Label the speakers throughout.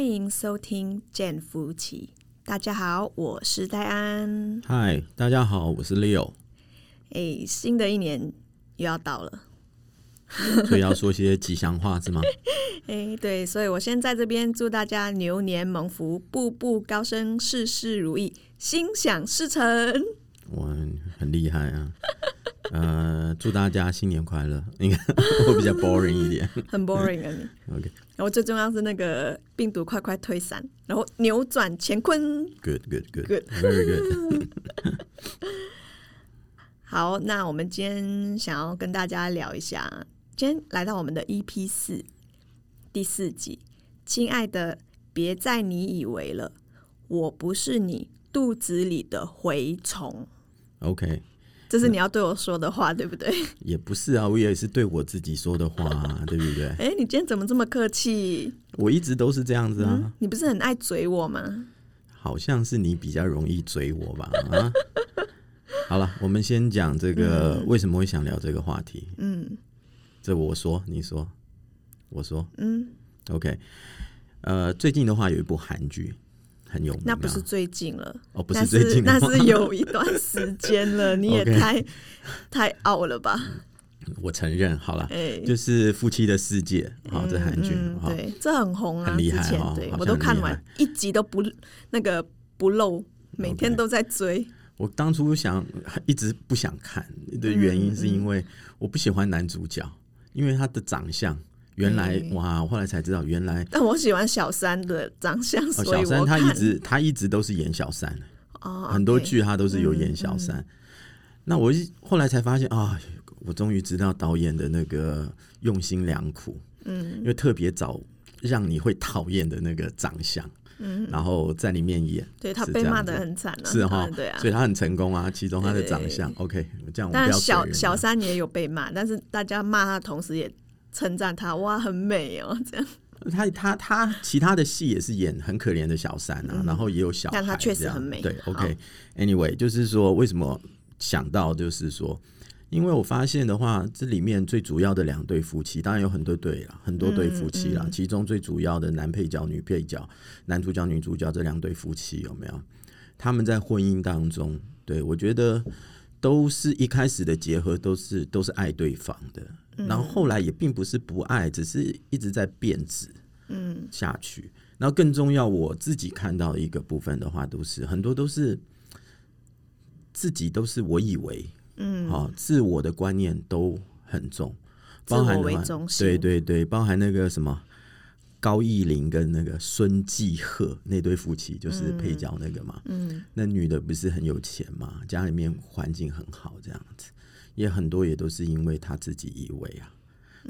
Speaker 1: 迎收听《见夫妻》。大家好，我是戴安。
Speaker 2: 嗨，大家好，我是 Leo，
Speaker 1: 哎，新的一年又要到了，
Speaker 2: 所以要说些吉祥话是吗？
Speaker 1: 哎，对，所以我先在这边祝大家牛年蒙福，步步高升，事事如意，心想事成。
Speaker 2: 我很很厉害啊，呃，祝大家新年快乐。应该我比较 boring 一点。
Speaker 1: 很 boring 啊你。
Speaker 2: OK，
Speaker 1: 然后最重要是那个病毒快快退散，然后扭转乾坤。
Speaker 2: good good good
Speaker 1: Good.
Speaker 2: very good。
Speaker 1: 好，那我们今天想要跟大家聊一下，今天来到我们的 EP 四第四集，亲爱的，别再你以为了，我不是你肚子里的蛔虫，
Speaker 2: OK，
Speaker 1: 这是你要对我说的话，对不 对？
Speaker 2: 也不是啊，我也是对我自己说的话、啊，对不对？
Speaker 1: 哎，你今天怎么这么客气？嗯
Speaker 2: 我一直都是这样子啊，
Speaker 1: 你不是很爱嘴我吗？
Speaker 2: 好像是你比较容易追我吧？啊，好了，我们先讲这个、为什么会想聊这个话题。
Speaker 1: 嗯
Speaker 2: 这我说，你说，我说。
Speaker 1: 嗯，
Speaker 2: OK，呃，最近的话有一部韩剧很有名、啊，
Speaker 1: 那不是最近了。
Speaker 2: 哦，不
Speaker 1: 那
Speaker 2: 是最近的
Speaker 1: 那
Speaker 2: 吗，
Speaker 1: 是有一段时间了，你也
Speaker 2: OK
Speaker 1: 太太 out 了吧？
Speaker 2: 我承认，好了，
Speaker 1: 哎，
Speaker 2: 就是《夫妻的世界》好、这韩剧
Speaker 1: 嗯
Speaker 2: 好，
Speaker 1: 对，这很红啊，
Speaker 2: 很厉害
Speaker 1: 之前
Speaker 2: 哦
Speaker 1: 对
Speaker 2: 好像
Speaker 1: 我都看
Speaker 2: 很
Speaker 1: 完一集都不那个不漏，每天都在追。
Speaker 2: 我当初想一直不想看的原因，是因为我不喜欢男主角，因为他的长相，原来、哇，我后来才知道，原来、
Speaker 1: 但我喜欢小三的长相，
Speaker 2: 哦、
Speaker 1: 所以
Speaker 2: 小三
Speaker 1: 我
Speaker 2: 他一
Speaker 1: 看
Speaker 2: 直他一直都是演小三，啊
Speaker 1: 哦
Speaker 2: 很多
Speaker 1: OK
Speaker 2: 剧他都是有演
Speaker 1: 嗯
Speaker 2: 小三。那我一后来才发现啊，我终于知道导演的那个用心良苦，嗯，因为特别找让你会讨厌的那个长相，嗯，然后在里面演，
Speaker 1: 对他
Speaker 2: 是
Speaker 1: 被
Speaker 2: 这样
Speaker 1: 骂的
Speaker 2: 子
Speaker 1: 很惨啊，
Speaker 2: 是哈、
Speaker 1: 嗯对啊
Speaker 2: 所。以他很成功啊，其中他的长相，OK，这样我
Speaker 1: 当然
Speaker 2: 们不要
Speaker 1: 小
Speaker 2: 嘴人
Speaker 1: 小
Speaker 2: 啊
Speaker 1: 三也有被骂，但是大家骂他，同时也称赞他，哇，很美哦，这样。
Speaker 2: 他他他其他的戏也是演很可怜的小三啊，然后也有小
Speaker 1: 嗯
Speaker 2: 孩这
Speaker 1: 但他
Speaker 2: 样，
Speaker 1: 确实很美
Speaker 2: 对
Speaker 1: 好
Speaker 2: ，OK，Anyway，、就是说为什么想到就是说，因为我发现的话，这里面最主要的两对夫妻，当然有很多对啦，很多对夫妻啦，
Speaker 1: 嗯
Speaker 2: 其中最主要的男配角、女配角、男主角、女主角这两对夫妻有没有？他们在婚姻当中，对我觉得都是一开始的结合，都是都是爱对方的，
Speaker 1: 嗯
Speaker 2: 然后后来也并不是不爱，只是一直在变质，嗯，下去。然后更重要，我自己看到的一个部分的话，都是很多都是自己都是我以为，嗯，好、自我的观念都很重，
Speaker 1: 自
Speaker 2: 包含
Speaker 1: 我
Speaker 2: 的
Speaker 1: 为
Speaker 2: 话
Speaker 1: 中心
Speaker 2: 对对对，包含那个什么。高义林跟那个孙继鹤那对夫妻，就是配角那个嘛，
Speaker 1: 嗯，
Speaker 2: 那女的不是很有钱嘛，家里面环境很好，这样子也很多也都是因为她自己以为啊，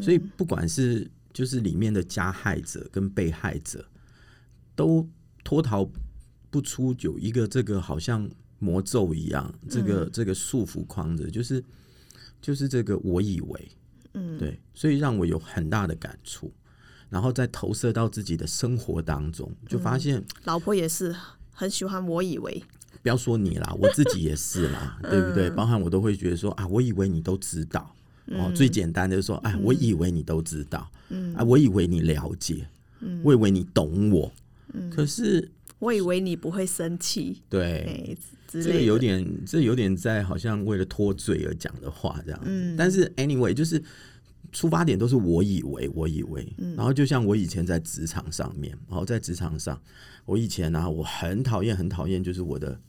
Speaker 2: 所以不管是就是里面的加害者跟被害者，都脱逃不出有一个这个好像魔咒一样，这个、这个束缚框着，就是就是这个我以为，嗯，对，所以让我有很大的感触。然后再投射到自己的生活当中，就发现
Speaker 1: 老婆也是很喜欢，我以为，
Speaker 2: 不要说你 啦，我自己也是啦，对不对？包含我都会觉得说啊，我以为你都知道。哦，最简单的就是说，哎，我以为你都知道，嗯、啊，我以为你了解，嗯、我以为你懂我，嗯、可是
Speaker 1: 我以为你不会生气，
Speaker 2: 对，
Speaker 1: 哎之
Speaker 2: 嗯这个
Speaker 1: 类
Speaker 2: 有
Speaker 1: 的。
Speaker 2: 点，这有点在好像为了脱罪而讲的话这样子。
Speaker 1: 嗯
Speaker 2: 但是 anyway，就是出发点都是我以为，我以为。
Speaker 1: 嗯
Speaker 2: 然后就像我以前在职场上面，然后在职场上，我以前啊，我很讨厌，很讨厌，就是我的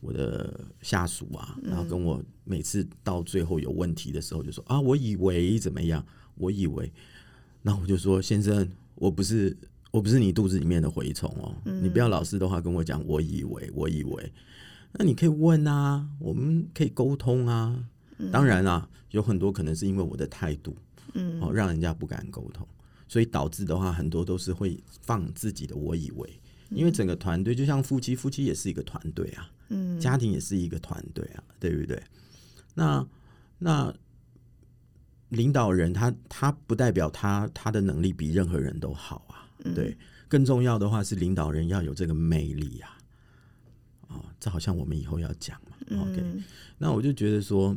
Speaker 2: 我的下属啊，然
Speaker 1: 嗯
Speaker 2: 后跟我每次到最后有问题的时候，就说啊，我以为怎么样，我以为，那我就说先生，我不是。我不是你肚子里面的蛔虫哦，
Speaker 1: 嗯
Speaker 2: 你不要老是的话跟我讲，我以为，我以为，那你可以问啊，我们可以沟通啊。当然啦、有很多可能是因为我的态度，嗯，哦，让人家不敢沟通，所以导致的话，很多都是会放自己的我以为，因为整个团队就像夫妻，夫妻也是一个团队啊，嗯，家庭也是一个团队啊，对不对？那那领导人他他不代表他他的能力比任何人都好啊，
Speaker 1: 嗯
Speaker 2: 对。更重要的话是领导人要有这个魅力啊，哦，这好像我们以后要讲嘛。OK，、那
Speaker 1: 嗯
Speaker 2: 我就觉得说，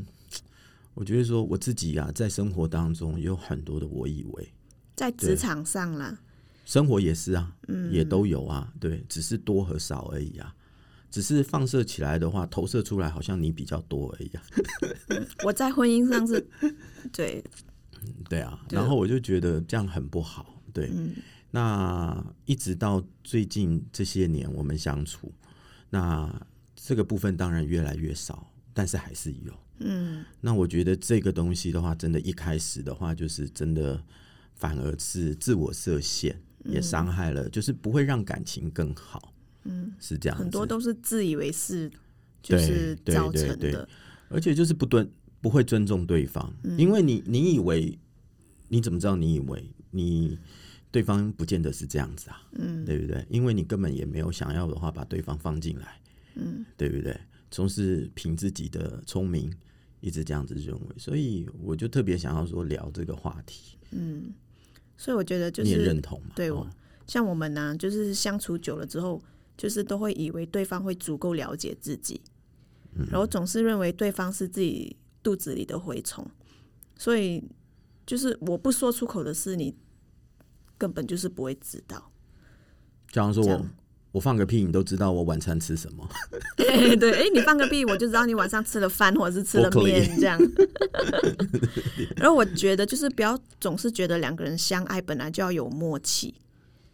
Speaker 2: 我觉得说我自己啊，在生活当中有很多的我以为
Speaker 1: 在职场上啦，
Speaker 2: 生活也是啊，嗯，也都有啊，对，只是多和少而已啊。只是放射起来的话，投射出来好像你比较多而已啊。
Speaker 1: 我在婚姻上 是，对，
Speaker 2: 对啊，
Speaker 1: 对嗯
Speaker 2: 然后我就觉得这样很不好。对，那一直到最近这些年我们相处，那这个部分当然越来越少，但是还是有。
Speaker 1: 嗯
Speaker 2: 那我觉得这个东西的话，真的，一开始的话，就是真的反而是自我设限，
Speaker 1: 嗯
Speaker 2: 也伤害了，就是不会让感情更好。嗯，是这样子。
Speaker 1: 很多都是自以为是，就是
Speaker 2: 对对
Speaker 1: 造成
Speaker 2: 对
Speaker 1: 的，
Speaker 2: 而且就是不尊不会尊重对方，
Speaker 1: 嗯
Speaker 2: 因为你你以为你怎么知道你以为你对方不见得是这样子啊，嗯，对不对？因为你根本也没有想要的话把对方放进来，嗯，对不对？总是凭自己的聪明一直这样子认为，所以我就特别想要说聊这个话题，
Speaker 1: 嗯所以我觉得就
Speaker 2: 你也
Speaker 1: 是
Speaker 2: 认同嘛？
Speaker 1: 对
Speaker 2: 哦
Speaker 1: 像我们呢、就是相处久了之后，就是都会以为对方会足够了解自己，
Speaker 2: 嗯
Speaker 1: 然后总是认为对方是自己肚子里的蛔虫，所以就是我不说出口的事，你根本就是不会知道。
Speaker 2: 假如说
Speaker 1: 这
Speaker 2: 我
Speaker 1: 样
Speaker 2: 我放个屁，你都知道我晚餐吃什么，
Speaker 1: 对，哎、你放个屁，我就知道你晚上吃了饭或者是吃了面这 样。然后我觉得就是不要总是觉得两个人相爱本来就要有默契，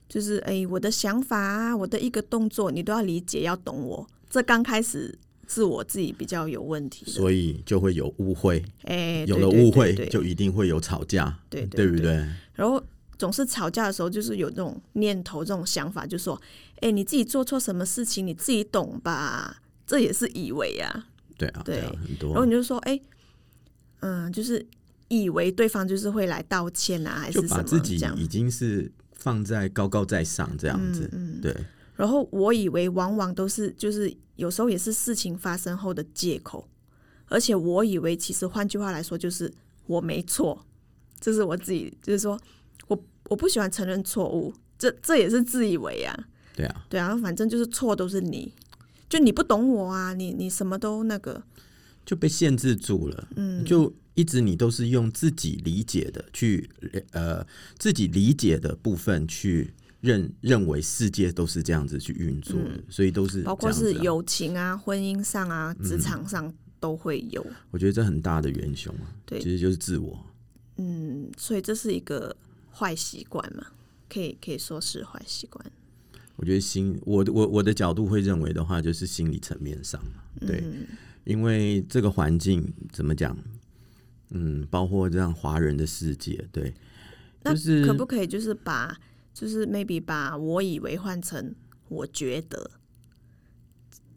Speaker 1: 就是哎、我的想法啊，我的一个动作你都要理解，要懂我。这刚开始是我自己比较有问题的，
Speaker 2: 所以就会有误会，
Speaker 1: 哎、
Speaker 2: 有
Speaker 1: 对
Speaker 2: 了
Speaker 1: 对对
Speaker 2: 误会
Speaker 1: 对
Speaker 2: 就一定会有吵架，
Speaker 1: 对对
Speaker 2: 对不对？
Speaker 1: 然后总是吵架的时候，就是有这种念头、这种想法，就说：“哎、你自己做错什么事情，你自己懂吧？”这也是以为啊。
Speaker 2: 对啊，对啊，
Speaker 1: 对
Speaker 2: 很
Speaker 1: 然后
Speaker 2: 多
Speaker 1: 你就说：“哎、嗯，就是以为对方就是会来道歉啊，还
Speaker 2: 就是
Speaker 1: 什
Speaker 2: 把
Speaker 1: 么
Speaker 2: 自己
Speaker 1: 这样。
Speaker 2: 已经是放在高高在上这样
Speaker 1: 嗯
Speaker 2: 子，对，”
Speaker 1: 然后我以为往往都是就是有时候也是事情发生后的借口，而且我以为其实换句话来说就是我没错，这是我自己就是说我我不喜欢承认错误，这这也是自以为啊。
Speaker 2: 对啊，
Speaker 1: 对啊，反正就是错都是你，就你不懂我啊，你你什么都那个，
Speaker 2: 就被限制住了，嗯，就一直你都是用自己理解的去，呃，自己理解的部分去认认为世界都是这样子去运作的，所以都是
Speaker 1: 嗯包括
Speaker 2: 这样子
Speaker 1: 是
Speaker 2: 啊嗯
Speaker 1: 友情啊、婚姻上啊、职场上都会有，
Speaker 2: 我觉得这很大的元凶啊，
Speaker 1: 对
Speaker 2: 其实就是自我，
Speaker 1: 嗯，所以这是一个坏习惯嘛，可以可以说是坏习惯。
Speaker 2: 我觉得心，我的我我的角度会认为的话，就是心理层面上嘛，
Speaker 1: 嗯
Speaker 2: 对，因为这个环境怎么讲，嗯，包括这样华人的世界，对，
Speaker 1: 那
Speaker 2: 就是
Speaker 1: 可不可以就是把就是 maybe 把我以为换成我觉得，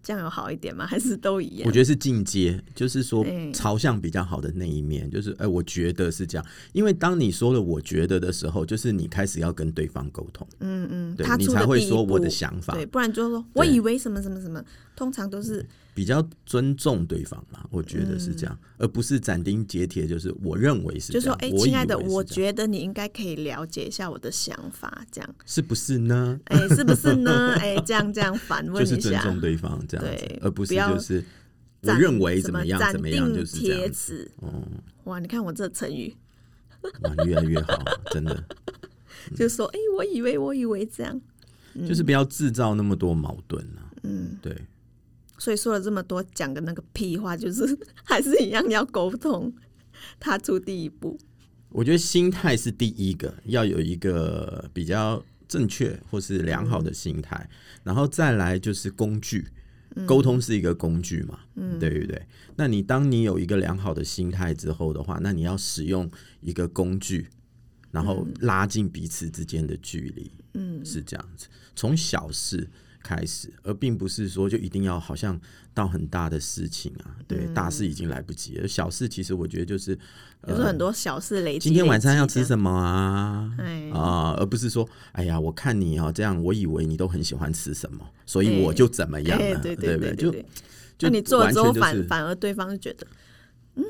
Speaker 1: 这样有好一点吗？还是都一样？
Speaker 2: 我觉得是进阶，就是说
Speaker 1: 哎
Speaker 2: 朝向比较好的那一面，就是哎、我觉得是这样，因为当你说了我觉得的时候，就是你开始要跟对方沟通，
Speaker 1: 嗯嗯，
Speaker 2: 对
Speaker 1: 他
Speaker 2: 你
Speaker 1: 出
Speaker 2: 才
Speaker 1: 的
Speaker 2: 会
Speaker 1: 第一
Speaker 2: 说我的
Speaker 1: 步
Speaker 2: 想法
Speaker 1: 对，，不然就说我
Speaker 2: 对嗯
Speaker 1: 以为什么什么什么，通常都是
Speaker 2: 比较尊重对方嘛，我觉得是这样，而不是斩钉截铁，就是我认为
Speaker 1: 嗯
Speaker 2: 是
Speaker 1: 就
Speaker 2: 这
Speaker 1: 说
Speaker 2: 样，：“
Speaker 1: 哎，
Speaker 2: 我
Speaker 1: 亲爱
Speaker 2: 以
Speaker 1: 的，
Speaker 2: 为是
Speaker 1: 我
Speaker 2: 这样
Speaker 1: 觉得你应该可以了解一下我的想法，这样，
Speaker 2: 是不是呢？
Speaker 1: 哎，是不是呢？哎，这样这样反问
Speaker 2: 就是
Speaker 1: 一
Speaker 2: 尊
Speaker 1: 下，
Speaker 2: 重对方这样子
Speaker 1: 对，
Speaker 2: 而不是
Speaker 1: 不要
Speaker 2: 就是我
Speaker 1: 斩
Speaker 2: 认为怎
Speaker 1: 么
Speaker 2: 样
Speaker 1: 斩
Speaker 2: 怎么样
Speaker 1: 钉
Speaker 2: 就是这
Speaker 1: 贴
Speaker 2: 样子。
Speaker 1: 齿。
Speaker 2: 哦，
Speaker 1: 哇，你看我这成语，
Speaker 2: 哇，啊越来越好，真的
Speaker 1: 就说：哎，我以为，我以为这样。嗯
Speaker 2: 就是不要制造那么多矛盾啊。嗯，对，
Speaker 1: 所以说了这么多，讲的那个屁话，就是 还是一样要沟通，踏出第一步。
Speaker 2: 我觉得心态是第一个，要有一个比较正确或是良好的心态，然后再来就是工具。沟通是一个工具嘛，对不对？那你当你有一个良好的心态之后的话，那你要使用一个工具，然后拉近彼此之间的距离，嗯，是这样子。从小事开始，而并不是说就一定要好像到很大的事情啊，对，大事已经来不及了。小事其实我觉得就是
Speaker 1: 就是很多小事累积。
Speaker 2: 呃今天晚上要吃
Speaker 1: 么？
Speaker 2: 什么啊？
Speaker 1: 哎，
Speaker 2: 啊，而不是说，哎呀，我看你哦，这样，我以为你都很喜欢吃什么，所
Speaker 1: 哎
Speaker 2: 以我就怎么样
Speaker 1: 哎
Speaker 2: 了，，
Speaker 1: 对
Speaker 2: 不
Speaker 1: 对
Speaker 2: 就
Speaker 1: 对。
Speaker 2: 就
Speaker 1: 那你做了
Speaker 2: 完
Speaker 1: 之后，
Speaker 2: 全就
Speaker 1: 反
Speaker 2: 是
Speaker 1: 反而对方就觉得，嗯，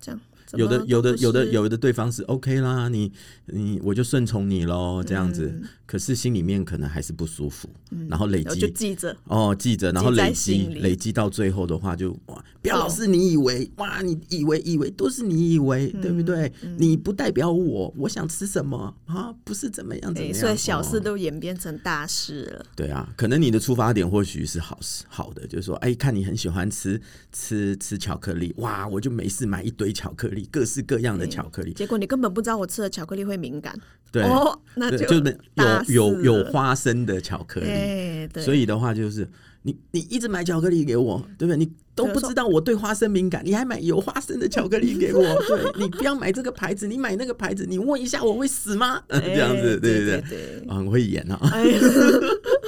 Speaker 1: 这样怎么
Speaker 2: 有的
Speaker 1: 都
Speaker 2: 有的
Speaker 1: 不
Speaker 2: 有的
Speaker 1: 是
Speaker 2: 有的对方是 OK 啦，你你我就顺从你喽，这样
Speaker 1: 嗯
Speaker 2: 子、可是心里面可能还是不舒服，然后累
Speaker 1: 我嗯就
Speaker 2: 积。
Speaker 1: 记着，
Speaker 2: 哦，记着，然后
Speaker 1: 记在
Speaker 2: 累积
Speaker 1: 心里
Speaker 2: 累积到最后的话就，哇，不要
Speaker 1: 哦
Speaker 2: 老是你以为，哇，你以为以为都是你以为，
Speaker 1: 嗯
Speaker 2: 对不对、你不代表我，我想吃什么啊，不是怎么样怎么
Speaker 1: 对，
Speaker 2: 样，
Speaker 1: 哎所以小事
Speaker 2: 哦
Speaker 1: 都演变成大事了。
Speaker 2: 对啊，可能你的出发点或许是好事好的，就是说，哎，看你很喜欢吃吃吃巧克力，哇，我就没事买一堆巧克力，各式各样的巧克力，
Speaker 1: 结果你根本不知道我吃了巧克力会敏感，
Speaker 2: 对，
Speaker 1: 哦，那
Speaker 2: 对，
Speaker 1: 就
Speaker 2: 就是
Speaker 1: 大
Speaker 2: 有有
Speaker 1: 事
Speaker 2: 有
Speaker 1: 了
Speaker 2: 花生的巧克力，
Speaker 1: 哎，对，
Speaker 2: 所以的话就是你你一直买巧克力给我，对不对？你都不知道我对花生敏感，你还买有花生的巧克力给我，对你不要买这个牌子，你买那个牌子，你问一下我会死吗？这样
Speaker 1: 哎
Speaker 2: 子，对
Speaker 1: 对
Speaker 2: 不对？
Speaker 1: 对，
Speaker 2: 啊，很会演啊。
Speaker 1: 哎呀，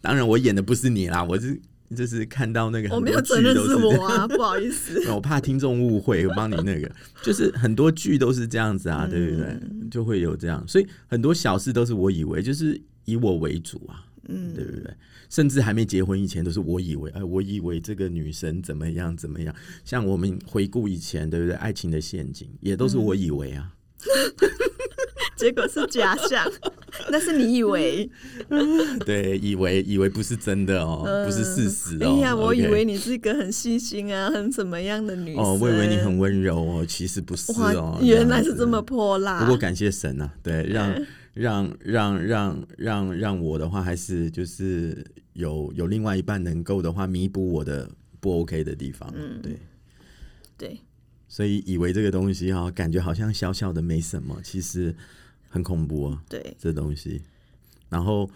Speaker 2: 当然，我演的不是你啦，我是就是看到那个
Speaker 1: 我
Speaker 2: 很
Speaker 1: 没有
Speaker 2: 多
Speaker 1: 承
Speaker 2: 剧
Speaker 1: 认
Speaker 2: 都
Speaker 1: 是
Speaker 2: 是
Speaker 1: 我啊，不好意 思。
Speaker 2: 嗯我怕听众误会，我帮你那个，就是很多剧都是这样子啊，对不对？
Speaker 1: 嗯
Speaker 2: 就会有这样，所以很多小事都是我以为，就是以我为主啊，嗯，对不对？甚至还没结婚以前都是我以为，哎，我以为这个女生怎么样怎么样。像我们回顾以前，对不对？爱情的陷阱也都是
Speaker 1: 嗯
Speaker 2: 我以为啊，
Speaker 1: 结果是假象，那是你以为。
Speaker 2: 对，以为以为不是真的哦，不是事实
Speaker 1: 哎
Speaker 2: 哦。
Speaker 1: 呀，我以
Speaker 2: OK
Speaker 1: 为你是一个很细心啊，很怎么样的女生。
Speaker 2: 哦，我以为你很温柔哦，其实不是哦
Speaker 1: 哇，，原来
Speaker 2: 样
Speaker 1: 是
Speaker 2: 子
Speaker 1: 这么泼辣。
Speaker 2: 不过感谢神啊，对，让让让让让让我的话，还是就是有有另外一半能够的话，弥补我的不 OK 的地方，啊对。
Speaker 1: 对，
Speaker 2: 所以以为这个东西哈、感觉好像小小的没什么，其实很恐怖啊，
Speaker 1: 对，
Speaker 2: 这东西。然后，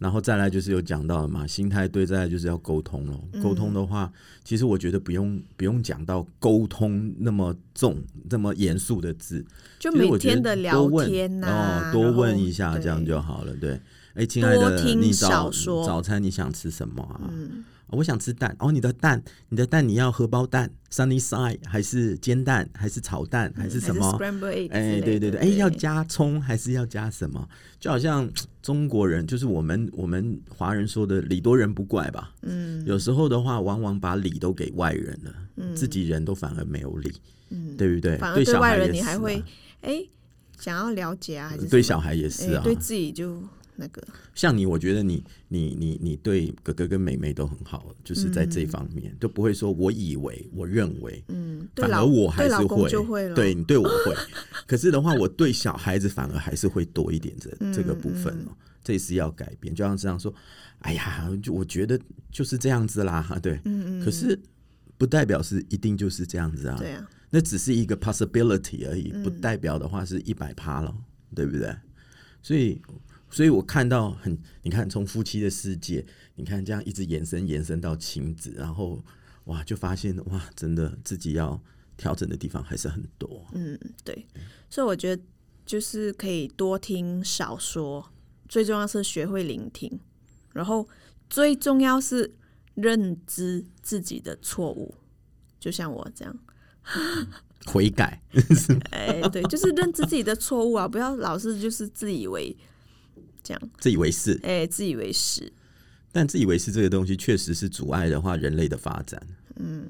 Speaker 2: 然后再来就是有讲到了嘛，心态对，再来就是要沟通了。沟通的话，其实我觉得不用不用讲到沟通那么重、那么严肃的字，
Speaker 1: 就
Speaker 2: 其实
Speaker 1: 每
Speaker 2: 我觉
Speaker 1: 天
Speaker 2: 得
Speaker 1: 的
Speaker 2: 多
Speaker 1: 聊
Speaker 2: 问
Speaker 1: 天呐，
Speaker 2: 哦，多
Speaker 1: 然后
Speaker 2: 问一下
Speaker 1: 对
Speaker 2: 这样就好了。对，哎，亲爱的，
Speaker 1: 听
Speaker 2: 你
Speaker 1: 少
Speaker 2: 早
Speaker 1: 说嗯
Speaker 2: 早餐你想吃什么啊？哦我想吃蛋哦，你的蛋，你的蛋你要荷包蛋、sunny side 还是煎蛋，还是炒蛋，还是
Speaker 1: 嗯还
Speaker 2: 什么？
Speaker 1: scramble egg 之类的？
Speaker 2: 哎，对对对，哎，要加葱还是要加什么？就好像中国人，就是我们我们华人说的“礼多人不怪”吧。嗯，有时候的话，往往把礼都给外人了，自己人都反而没有礼，嗯，对不对？
Speaker 1: 嗯反而
Speaker 2: 对
Speaker 1: 对
Speaker 2: 小
Speaker 1: 外
Speaker 2: 孩
Speaker 1: 人
Speaker 2: 也
Speaker 1: 你
Speaker 2: 是
Speaker 1: 还
Speaker 2: 啊
Speaker 1: 会哎想要了解啊，还是
Speaker 2: 对
Speaker 1: 什
Speaker 2: 小
Speaker 1: 么
Speaker 2: 孩也是啊
Speaker 1: 哎，对自己就那个
Speaker 2: 像你，我觉得你你你你对哥哥跟妹妹都很好，就是在这方面、就不会说我以为我认为，
Speaker 1: 嗯，对
Speaker 2: 反
Speaker 1: 老
Speaker 2: 而我还
Speaker 1: 对
Speaker 2: 是
Speaker 1: 老公
Speaker 2: 会，
Speaker 1: 就会了，
Speaker 2: 对你对我会，可是的话，我对小孩子反而还是会多一点这、
Speaker 1: 嗯
Speaker 2: 这个部分哦。这也是要改变，就像这样说，哎呀，就我觉得就是这样子啦，对，嗯嗯可是不代表是一定就是这样子啊，
Speaker 1: 对啊，
Speaker 2: 那只是一个 possibility 而已，不代表的话是一百趴了，对不对？所以，所以我看到很，你看从夫妻的世界，你看这样一直延伸延伸到亲子，然后哇，就发现哇，真的自己要调整的地方还是很多。
Speaker 1: 嗯，对，所以我觉得就是可以多听少说，最重要是学会聆听，然后最重要是认知自己的错误，就像我这样。
Speaker 2: 悔改，
Speaker 1: 哎，对，就是认知自己的错误啊，不要老是就是自以为这样，
Speaker 2: 自以为是，
Speaker 1: 哎，自以为是，
Speaker 2: 但自以为是这个东西确实是阻碍的话人类的发展。嗯，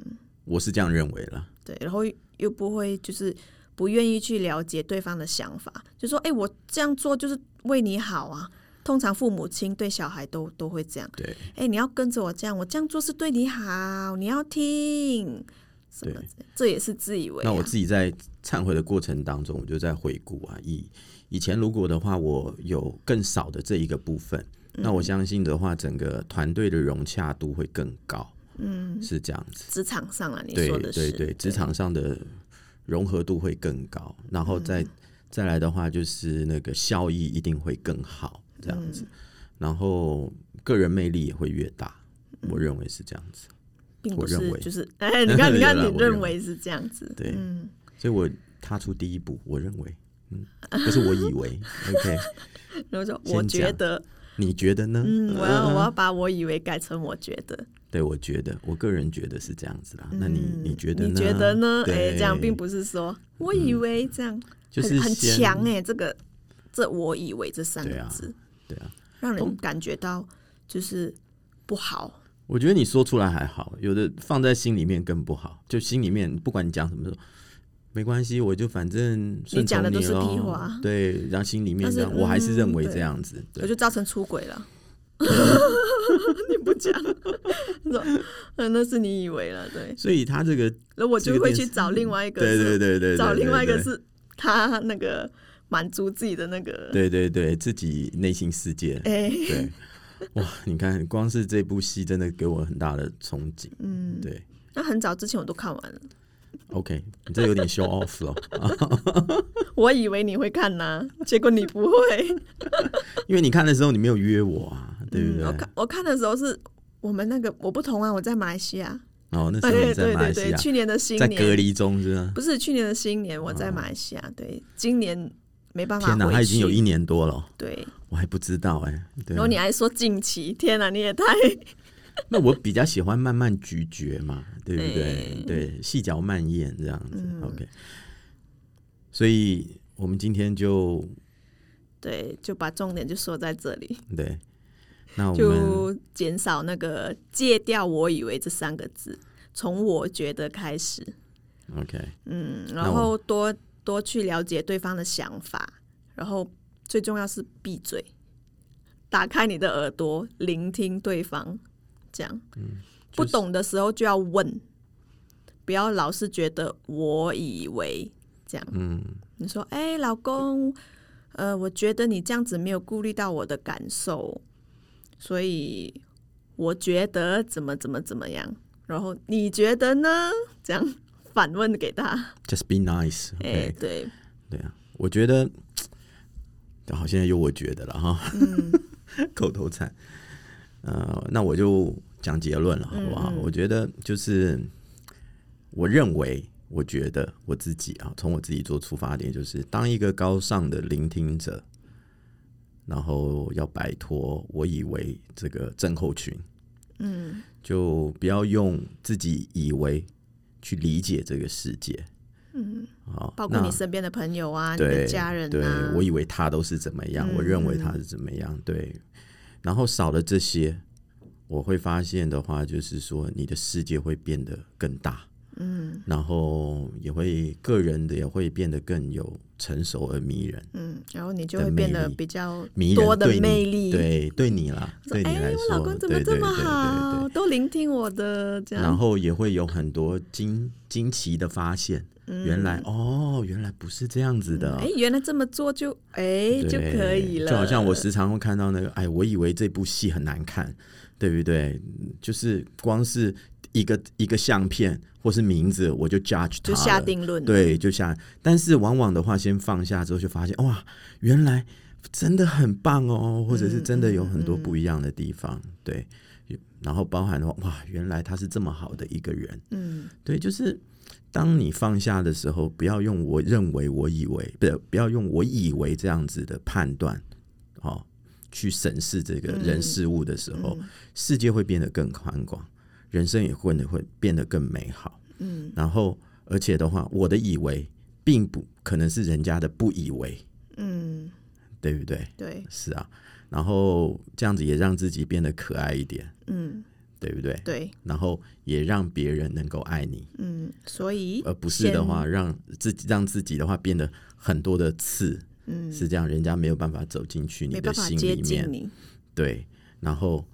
Speaker 2: 我是这样认为了。
Speaker 1: 对，然后又不会就是不愿意去了解对方的想法，就说哎，我这样做就是为你好啊。通常父母亲对小孩都都会这样，
Speaker 2: 对
Speaker 1: 哎，你要跟着我这样，我这样做是对你好，你要听，什么
Speaker 2: 对
Speaker 1: 之类？这也是自以为、啊。
Speaker 2: 那我自己在忏悔的过程当中，我就在回顾啊，以以前如果的话，我有更少的这一个部分，
Speaker 1: 嗯
Speaker 2: 那我相信的话，整个团队的融洽度会更高。嗯，是这样子。
Speaker 1: 职场上啊，你
Speaker 2: 对
Speaker 1: 说的
Speaker 2: 对
Speaker 1: 是
Speaker 2: 对，职场上的融合度会更高，然后再、
Speaker 1: 嗯
Speaker 2: 再来的话，就是那个效益一定会更好，这样
Speaker 1: 嗯
Speaker 2: 子，然后个人魅力也会越大，
Speaker 1: 嗯
Speaker 2: 我认为是这样子。
Speaker 1: 并不
Speaker 2: 我认
Speaker 1: 是
Speaker 2: 为
Speaker 1: 就是哎，你看你看，
Speaker 2: 有啦
Speaker 1: 你
Speaker 2: 我
Speaker 1: 认
Speaker 2: 认
Speaker 1: 为是这样子，嗯
Speaker 2: 对，所以我踏出第一步，我认为，嗯，可是我以 为，OK，
Speaker 1: 然后说
Speaker 2: 先
Speaker 1: 我觉
Speaker 2: 讲
Speaker 1: 得，
Speaker 2: 你觉得呢？
Speaker 1: 嗯，我要 我要把我以为改成我觉得，
Speaker 2: 对，我觉得，我个人觉得是这样子啦。那你你觉得呢？
Speaker 1: 嗯你觉得呢？哎、
Speaker 2: 对嗯
Speaker 1: 这样并不是说我以为这样，
Speaker 2: 就是
Speaker 1: 很很
Speaker 2: 先
Speaker 1: 强哎、这个这我以为这三
Speaker 2: 对
Speaker 1: 个
Speaker 2: 啊
Speaker 1: 字，
Speaker 2: 对啊。
Speaker 1: 让人感觉到就是不好，
Speaker 2: 我觉得你说出来还好，有的放在心里面更不好。就心里面，不管你讲什么，说没关系，我就反正顺
Speaker 1: 你讲的
Speaker 2: 从
Speaker 1: 都是
Speaker 2: 咯
Speaker 1: 屁话
Speaker 2: 对，然后心里面
Speaker 1: 但是
Speaker 2: 这样，我还是认为
Speaker 1: 嗯对
Speaker 2: 这样子，
Speaker 1: 我
Speaker 2: 对，
Speaker 1: 就造成出轨了。 你不讲，你说嗯那是你以为了，对。
Speaker 2: 所以他这个
Speaker 1: 那我
Speaker 2: 这
Speaker 1: 就
Speaker 2: 个
Speaker 1: 会
Speaker 2: 电
Speaker 1: 去
Speaker 2: 视
Speaker 1: 找另外一个
Speaker 2: 对
Speaker 1: 是，
Speaker 2: 对对对对，
Speaker 1: 找另外一个
Speaker 2: 对
Speaker 1: 是他那个满足自己的那个，
Speaker 2: 对对对自己内心世界，
Speaker 1: 哎、
Speaker 2: 对，哇，你看光是这部戏真的给我很大的憧憬，
Speaker 1: 嗯，
Speaker 2: 对
Speaker 1: 那很早之前我都看完了，
Speaker 2: ，OK，你这有点 show off 了，
Speaker 1: 我以为你会看呐、结果你不会。
Speaker 2: 因为你看的时候你没有约我啊，对不
Speaker 1: 嗯
Speaker 2: 对？
Speaker 1: 我看我看的时候是我们那个我不同啊，我在马来西亚，
Speaker 2: 哦，那时候
Speaker 1: 对
Speaker 2: 你在
Speaker 1: 对
Speaker 2: 马
Speaker 1: 对
Speaker 2: 来西
Speaker 1: 对，
Speaker 2: 亚，
Speaker 1: 去年的新
Speaker 2: 在隔
Speaker 1: 年
Speaker 2: 离中是吗？
Speaker 1: 不是去年的新年我在马来西亚，对，今年没办法
Speaker 2: 天哪，
Speaker 1: 回
Speaker 2: 他已经
Speaker 1: 去
Speaker 2: 有一年多了哦，
Speaker 1: 对，
Speaker 2: 我还不知道哎、对
Speaker 1: 然后，你还说近期，天哪，你也太
Speaker 2: 那我比较喜欢慢慢咀嚼嘛，对不对？
Speaker 1: 哎
Speaker 2: 对，细嚼慢咽这样子、o
Speaker 1: 嗯
Speaker 2: k 所以我们今天就
Speaker 1: 对，就把重点就说在这里。
Speaker 2: 对，那我们
Speaker 1: 就减少那个戒掉“我以为”这三个字，从我觉得开始，
Speaker 2: OK，
Speaker 1: 嗯，
Speaker 2: 那
Speaker 1: 然
Speaker 2: 我
Speaker 1: 后多多去了解对方的想法，然后最重要是闭嘴，打开你的耳朵聆听对方，这样，不
Speaker 2: 嗯就是
Speaker 1: 懂的时候就要问，不要老是觉得“我以为”这样，
Speaker 2: 嗯，
Speaker 1: 你说，哎、老公，呃，我觉得你这样子没有顾虑到我的感受，所以我觉得怎么怎么怎么样，然后你觉得呢？这样反问给他，
Speaker 2: Just be nice，OK，、
Speaker 1: 哎、对，
Speaker 2: 对啊，我觉得，好，现在有我觉得了哈，
Speaker 1: 嗯
Speaker 2: 口头禅。呃，那我就讲结论了，
Speaker 1: 嗯
Speaker 2: 好不好？我觉得就是，我认为，我觉得我自己啊，从我自己做出发点，就是当一个高尚的聆听者，然后要摆脱我以为这个症候群，嗯，就不要用自己以为去理解这个世界，嗯，好，
Speaker 1: 包括
Speaker 2: 那
Speaker 1: 你身边的朋友啊，你
Speaker 2: 对
Speaker 1: 的家人
Speaker 2: 对
Speaker 1: 啊，嗯
Speaker 2: 我以为他都是怎么样，我认为他是怎么样，对。然后少了这些，我会发现的话，就是说你的世界会变得更大，嗯，然后也会个人的也会变得更有成熟而迷人，
Speaker 1: 嗯，然后你就
Speaker 2: 的
Speaker 1: 会变
Speaker 2: 魅
Speaker 1: 得
Speaker 2: 力
Speaker 1: 比较
Speaker 2: 迷人
Speaker 1: 多的
Speaker 2: 对你
Speaker 1: 魅力
Speaker 2: 对对你啦，
Speaker 1: 说
Speaker 2: 对你
Speaker 1: 哎、
Speaker 2: 来
Speaker 1: 我
Speaker 2: 说，
Speaker 1: 老公怎么
Speaker 2: 对
Speaker 1: 这
Speaker 2: 对
Speaker 1: 么
Speaker 2: 对对对
Speaker 1: 好，都聆听我的这
Speaker 2: 然
Speaker 1: 样，
Speaker 2: 后也会有很多惊惊奇的发现，原来哦，原来不是这样子的，
Speaker 1: 嗯哎、原来这么做就哎、就
Speaker 2: 对
Speaker 1: 可以了，
Speaker 2: 就好像我时常会看到那个，哎，我以为这部戏很难看，对不对？就是光是一个一个相片或是名字，我就 judge 它
Speaker 1: 就
Speaker 2: 了
Speaker 1: 下定论了，
Speaker 2: 对，就下。但是往往的话，先放下之后，就发现哇，原来真的很棒哦，或者是真的有很
Speaker 1: 嗯
Speaker 2: 多不一样的地方，对。然后包含的话，哇，原来他是这么好的一个人，
Speaker 1: 嗯
Speaker 2: 对，就是当你放下的时候，不要用我认为、我以为，不，不要用我以为这样子的判断，哦，去审视这个人事物的时候，世界会变得更宽广，人生也会会变得更美好。
Speaker 1: 嗯
Speaker 2: 然后，而且的话，我的以为并不可能是人家的不以为，
Speaker 1: 嗯，
Speaker 2: 对不对？
Speaker 1: 对，
Speaker 2: 是啊，然后这样子也让自己变得可爱一点，
Speaker 1: 嗯
Speaker 2: 对不对？
Speaker 1: 对，
Speaker 2: 然后也让别人能够爱你。
Speaker 1: 嗯，所以
Speaker 2: 而不是的话，让自己让自己的话变得很多的刺，
Speaker 1: 嗯，
Speaker 2: 是这样，人家没有办法走进去你
Speaker 1: 没
Speaker 2: 的
Speaker 1: 办法
Speaker 2: 心
Speaker 1: 接
Speaker 2: 里
Speaker 1: 近
Speaker 2: 面，
Speaker 1: 你，
Speaker 2: 对，然后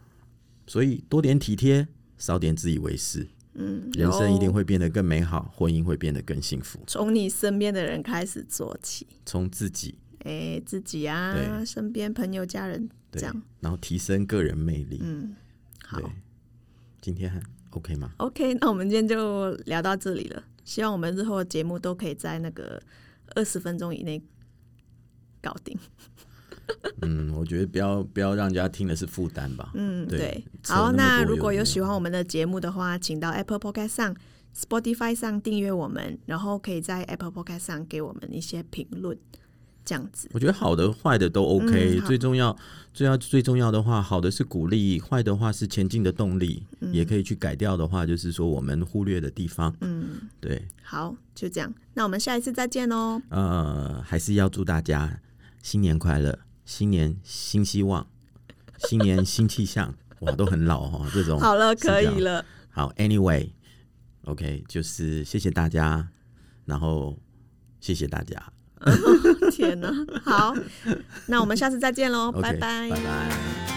Speaker 2: 所以多点体贴，少点自以为是，
Speaker 1: 嗯，
Speaker 2: 人生一定
Speaker 1: 会
Speaker 2: 会变得更美好，婚姻会变得更幸福，
Speaker 1: 从你身边的人开始做起，
Speaker 2: 从自己
Speaker 1: 哎，自己啊，
Speaker 2: 对
Speaker 1: 身边朋友、家人这
Speaker 2: 对
Speaker 1: 样，，
Speaker 2: 然后提升个人魅力，
Speaker 1: 嗯，好
Speaker 2: 对，今天还 OK 吗？
Speaker 1: ，OK，那我 们今天就聊到这里了，希望我们日后的节目都可以在那个二十分钟以内搞定，
Speaker 2: 嗯，我觉得不要不要让人家听的是负担吧，
Speaker 1: 嗯，
Speaker 2: 对
Speaker 1: 对，
Speaker 2: 扯
Speaker 1: 好，
Speaker 2: 那么
Speaker 1: 那
Speaker 2: 多
Speaker 1: 如果
Speaker 2: 有
Speaker 1: 有
Speaker 2: 没
Speaker 1: 喜欢我们的节目的话，请到 Apple Podcast 上、Spotify 上订阅我们，然后可以在 Apple Podcast 上给我们一些评论，这样子。
Speaker 2: 我觉得好的、坏的都 OK，、
Speaker 1: 嗯好
Speaker 2: 最重要、最要、最重要的话，好的是鼓励，坏的话是前进的动力，也可以去改掉的话，就是说我们忽略的地方。
Speaker 1: 嗯，
Speaker 2: 对，
Speaker 1: 好，就这样。那我们下一次再见哦，
Speaker 2: 呃，还是要祝大家新年快乐，新年新希望，新 年新气象。哇，都很老哦，这种
Speaker 1: 好了，
Speaker 2: 是这
Speaker 1: 可
Speaker 2: 样
Speaker 1: 以了，
Speaker 2: 好，Anyway，OK，、就是谢谢大家，然后谢谢大家
Speaker 1: 天哪，好，那我们下次再见喽，
Speaker 2: ，OK，
Speaker 1: 拜
Speaker 2: 拜拜